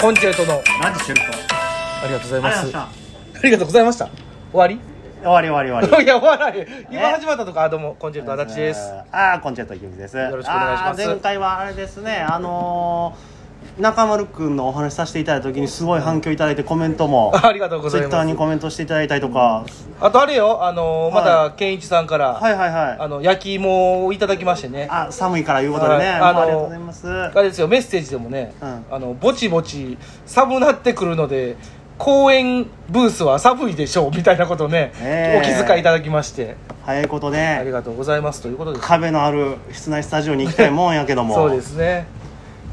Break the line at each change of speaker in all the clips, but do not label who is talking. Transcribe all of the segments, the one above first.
コンチェルトの
マジシュルト
ありがとうござい
あ
ま
りがとうご
す
ざ
あ
いまし
りがとうございました終わり
た終わり終わり終わり
いや終わらない今始まったとかあどうもコンチェルト足立です
ああ、こんちはときみです。よ
ろしくお願いします
前回はあれですね、あのー中丸くんのお話しさせていただいた時にすごい反響いただいてコメントも、
ありがとうご
ツ
ざ
イ
い
ッター
ます
にコメントしていただいたりとか、
あとあれよあのーま
は
た健一さんから、
はいはいはい。
あの焼き芋をいただきましてねあ
あ、寒いからいうことで
は
ね、
い
あ
あのー
ありがとうございます。
れですよメッセージでもね、
うん
あのぼちぼち寒なってくるので公園ブースは寒いでしょうみたいなことをね、
え
お気遣いいただきまして
早いこと
あり
ね、
がとうございますということです
壁のある室内スタジオに行きたいもんやけど も、
そうですね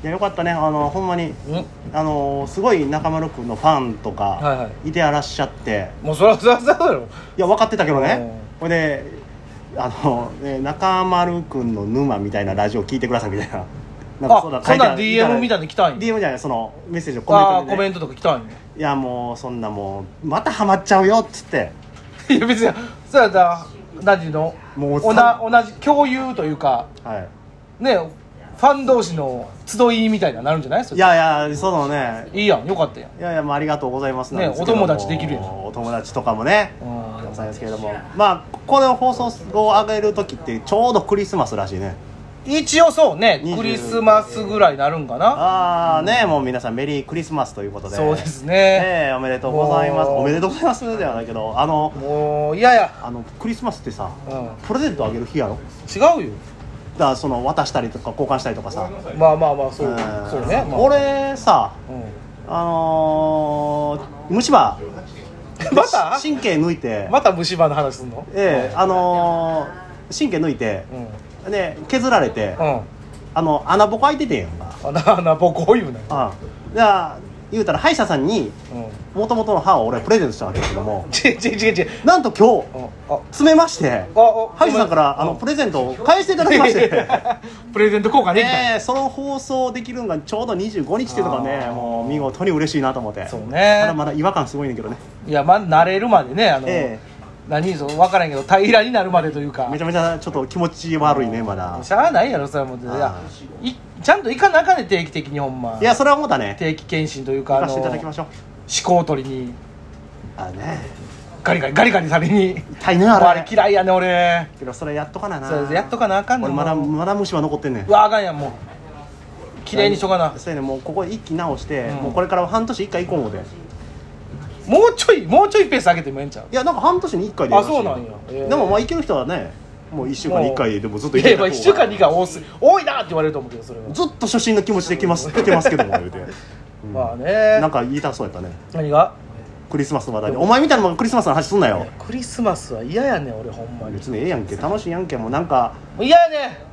いやよかったね、あのほんまに、
うん
あのすごい中丸くんのファンとか、、
はいはい
てあらっしゃって、
もうそらそらそらだろ
いや分かってたけどねほいであの、ね、中丸くんの沼みたいなラジオ聞いてくださいみたいななん
あ
か
そん
だ
な
書いてあ
ん DM みたいに来たん
DM
や
じゃないそのメッセージをコメン
あー
ト
コ
で、
メ
ね、
ントとか来たんや
いやもうそんなもうまたハマっちゃうよっつって
いや別にそうやったら何ていうの
もう
お
さ
な同じ共有というか
は
ねファン同士の集いみたいななるんじゃないそ
い、い
れ
やいやそのね
いいやんよかったやん
いやいやもうありがとうございます
ね
なんですけども
お友達できるやん
お友達とかもね
うん
ございますけれどもまあこれを放送を上げる時ってちょうどクリスマスらしいね
一応そうね
20
クリスマスぐらいになるんかな
ああね、もう皆さんメリークリスマスということで
そうですね
ええおめでとうございます
もう
おめでとうございますではないけどあの
もう嫌や
あのクリスマスってさ
うん
プレゼントあげる日やろ
違うよ
だからその渡したりとか交換したりとかさ
まあまあまあそう
うん
そうねまあ
俺さ
うん
あのー、虫歯
また
神経抜いて、
また虫歯の話すんの
ええあのー、神経抜いて
うんうん
で削られてあの穴ぼこ開いててんやんか
あなな僕こう言うなよ
うんだから言うたら歯医者さんに
うん
もともとの歯を俺プレゼントしたわけですけども
違う違う違う違う
なんと今日
うんあ
詰めまして
あお
歯医者さんからあのプレゼントを返していただきまして
プレゼント交換できたんや
ねえその放送できるのがちょうど25日っていうのがね
あー
もう見事に嬉しいなと思って
そうね
まだまだ違和感すごいねんだけどね
いやまあ慣れるまでねあの
え
何その分からんけど平らになるまでというか
めちゃめちゃちょっと気持ち悪いねまだ
しゃあないやろそれはもういやいちゃんと行かなあかんね定期的にほんま
いやそれは思ったね
定期検診というか
行
あ
か
の
せていただきましょう
思考取りに
あね
ガリガリガリガリされに
痛いねあ
あ
れ
れ嫌いやね俺
けどそれやっとかなな
そうですやっとかなあかんねん
俺まだ
もう
まだ虫歯残ってんねん
うわあかんやんもう綺麗にしとかな
そうやねもうここ一気直して、
うん
もうこれからは半年一回行こう思て
もうちょいもうちょいペース上げてもええんちゃう
いやなんか半年に一回でいいらしいよ
あそうなんやええ
でもまあ行ける人はねもう1週間に1回でもずっと
い
行け
や
る
いや1週間2回多す多いなって言われると思うけどそれは、
ずっと初心の気持ちで来ます来てますけども 言うて、うん
まあね
なんか言いたそうやったね
何が
クリスマスの話題でお前みたいなもんがクリスマスの話すんなよ
クリスマスは嫌やねん俺ほんまに
別にええやんけ楽しいやんけもうなんか、
もう嫌やね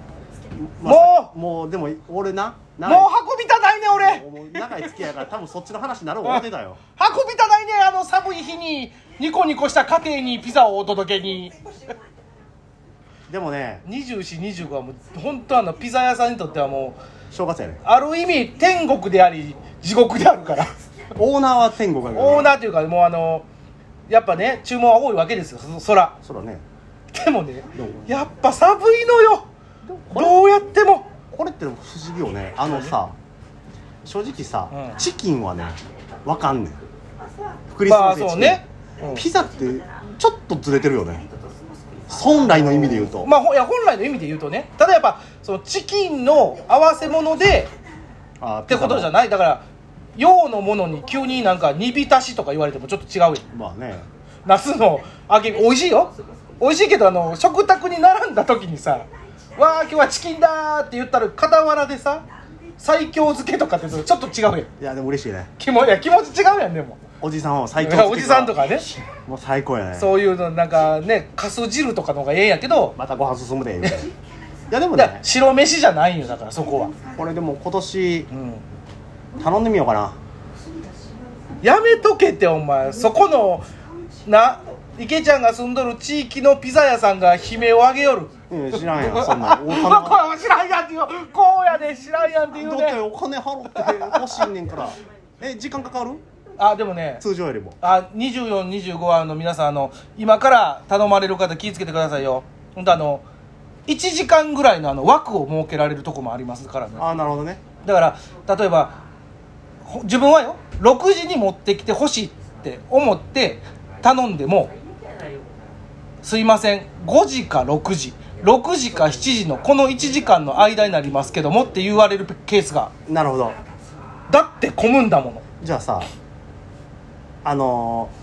まあ
も
もうでも俺な
もう
長い
運びたないね俺運
もう長い付き合いやから多分そっちの話になる思ってたよ
びたないねあの寒い日にニコニコした家庭にピザをお届けに
でもね
2425はもう本当あのピザ屋さんにとってはもう
正月やね
ある意味天国であり地獄である から
オーナーは天国やけどね、
オーナーというかもうあのやっぱね注文は多いわけですよそそら
そうだね
でもね
どう
やっぱ寒いのよどうやっても
これって不思議よねあのさ正直さ、
うん
チキンはねわかんねんクリス
ま
マ
あ
スで
そ
チ
う
キン、
ね、うん
ピザってちょっとずれてるよね本来の意味で言うと、
まあ、ほいや本来の意味で言うとねただやっぱそのチキンの合わせ物で
あー
ってことじゃ
い
ないだから洋のものに急になんか煮浸しとか言われてもちょっと違うやん
まあね
夏の揚げ美味しいよ美味しいけどあの食卓に並んだ時にさ「わあ今日はチキンだ!」って言ったら傍らでさ最強漬けとかってちょっと違うやん
いやでも嬉しいね
気もいや気持ち違うやんでも
おじさんは最
う
高
おじさんとかね
もう最高やね
そういうのなんかねかす汁とかの方がええんやけど
またご飯進むで言うてい やでも
だから
ね
白飯じゃないんよだからそこは
これでも今年
うん
頼んでみようかな
やめとけってお前そこのな池ちゃんが住んどる地域のピザ屋さんが悲鳴を上げよる
うん知らん やんそんなんお金
まあこれは知らんやんって言うこうやで知らんやんって言う
だって
ね
お金払って欲しいねんからえ時間かかる
あでもね
通常よりも
あ2425はあの皆さんあの今から頼まれる方気をつけてくださいよほんとあの1時間ぐらいのあの枠を設けられるとこもありますからね
ああなるほどね
だから例えばほ自分はよ6時に持ってきてほしいって思って頼んでもすいません5時か6時6時か7時のこの1時間の間になりますけどもって言われるケースが
なるほど
だって混むんだもの
じゃあさあのー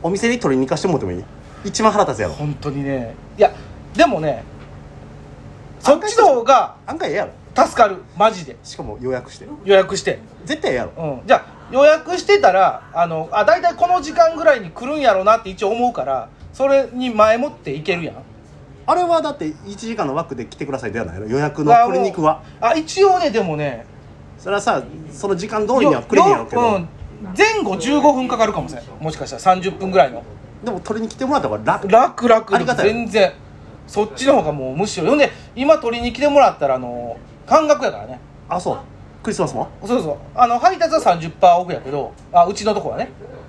お店に取りに行かしてもらってもいい一番腹立つやろ
本当にねいやでもねそっちの方が
案外ええやろ
助かるマジで
しかも予約して
予約して
絶対ええやろ
うん、じゃあ予約してたらあのあ大体この時間ぐらいに来るんやろうなって一応思うからそれに前もっていけるやん
あれはだって1時間の枠で来てくださいではないの予約の取りに行くは
あ一応ねでもね
それはさその時間通りにはくれへんやろうけど、
ようん前後15分かかるかもしれないもしかしたら30分ぐらいの
でも取りに来てもらった方が楽
楽楽
ありがたい
全然そっちの方がもうむしろほんで今取りに来てもらったらあの半額やからね
あそうクリスマスも
そうそうあの配達は30%オフやけどあうちのとこはね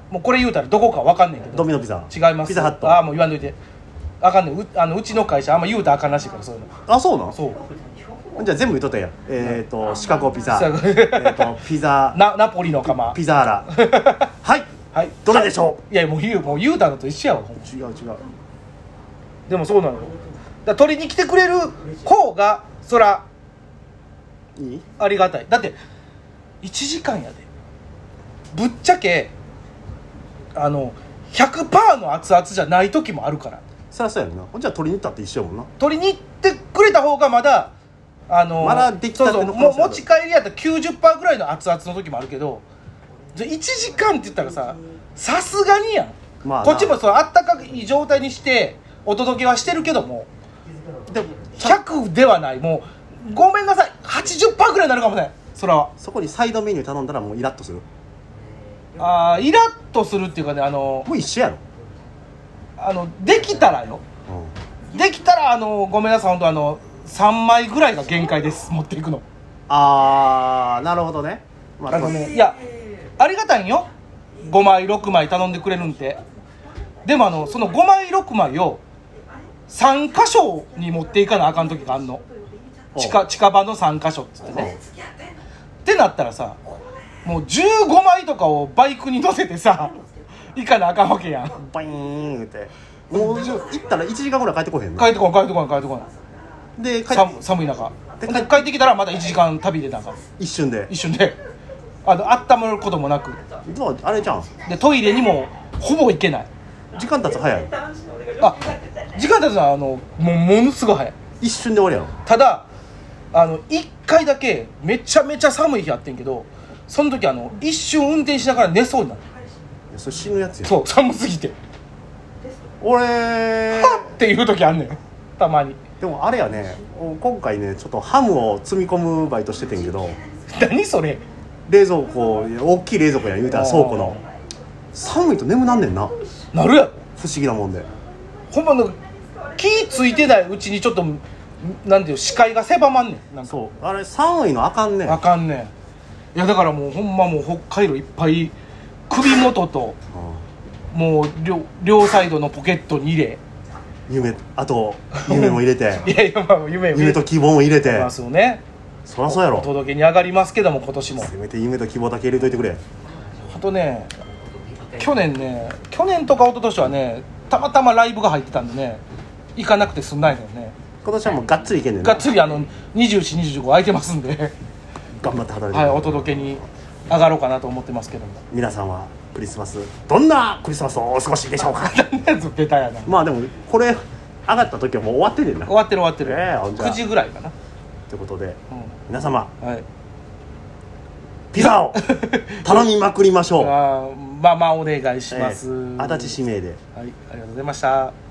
もうこれ言うたらどこかわかんねんけど
ドミノピザ
違います
ピザハット
ああもう言わんといてあかんねんうあのうちの会社あんま言うたらあかんらしいからそういうの
あそうなん
そう
じゃあ全部言っとったらええやんえっ、とシカゴピザ
シ
え
カゴ
っとピ ザ
なナポリの釜
ピザー ラはい
はい
どれでしょ
いやもう言うもう言うたのと一緒やわほんま
う違う違う
でもそうなのよだから取りに来てくれる方がそら
いい
ありがたいだって1時間やでぶっちゃけあの100%の熱々じゃない時もあるから
そりゃそうやろなほんじゃ取りに行ったって一緒やもんな
取りに行ってくれた方がまだあの
まだ出来たて
そ
の
うそう
可能
も
性ある
持ち帰りやったら90%ぐらいの熱々の時もあるけど1時間って言ったらささすがにやん、
まあな
こっちもそうあったかい状態にしてお届けはしてるけども
でも
100ではないもうごめんなさい80%ぐらいになるかもねそれは
そこにサイドメニュー頼んだらもうイラッとする
あーイラッとするっていうかねあの
もう一緒やろ、
あのできたらよ
うん、
できたらあのごめんなさい本当あの3枚ぐらいが限界です持っていくの
ああなるほどねま
あ
こ
のねいやありがたいんよ5枚6枚頼んでくれるんてでもあのその5枚6枚を3箇所に持っていかなあかん時があんの
お
近近場の3箇所っつってねってなったらさもう15枚とかをバイクに乗せてさ行かなあかんわけやん
バイーンってもう行ったら1時間ぐらい帰ってこへんの
帰ってこん帰ってこん帰ってこん
で帰っ
寒寒い中
で
で帰ってきたらまた1時間旅でなんかん
一瞬で
一瞬であの温まることもなく
どうあれじゃん
でトイレにもほぼ行けない
時間経つの早い
あ時間経つのはあのもうものすごい早い
一瞬で終わりや
ただあの1回だけめちゃめちゃ寒い日あってんけどその時あの一瞬運転しながら寝そうになる
ろいやそれ死ぬやつや
そう寒すぎて
俺
はっっていう時あんねんたまに
でもあれやねお今回ねちょっとハムを積み込むバイトしててんけど
何それ
冷蔵庫大きい冷蔵庫やん言うたら倉庫の寒いと眠なんねんな
なるやろ
不思議なもんで
ほんまの気ついてないうちにちょっとなんていう視界が狭まんねんなんか
そうあれ寒いのあかんねん
あかんねんいやだからもうほんまもう北海道いっぱい首元と
う
もう両両サイドのポケットに入れ
ん夢あ と夢も入れ て
いやいやまあ夢
夢と希望も入れて
ますよね
そらそうや
お
ろ
届けに上がりますけども今年も
せめて夢と希望だけ入れといてくれ
あとね去年ね去年とか一昨年はねたまたまライブが入ってたんでね行かなくてすんないのよね
今年はもうがっつりいけんねん
が
な
っつりあの2425空いてますんで、
頑張って働いて
はい、
くれ
お届けに上がろうかなと思ってますけども
皆さんはクリスマスどんなクリスマスをお過ごしでしょうか
なんぞベタやな終
まあでもこれ上がった時はもう終わっててんなとい
わってる終わってる、
ええほんじゃ
9時ぐらいかな、
うことで皆様
うんはい
ピザを頼み まくりましょう、
あーまあまあお願いし
え
ます、
ー、足立指名で
はいありがとうございました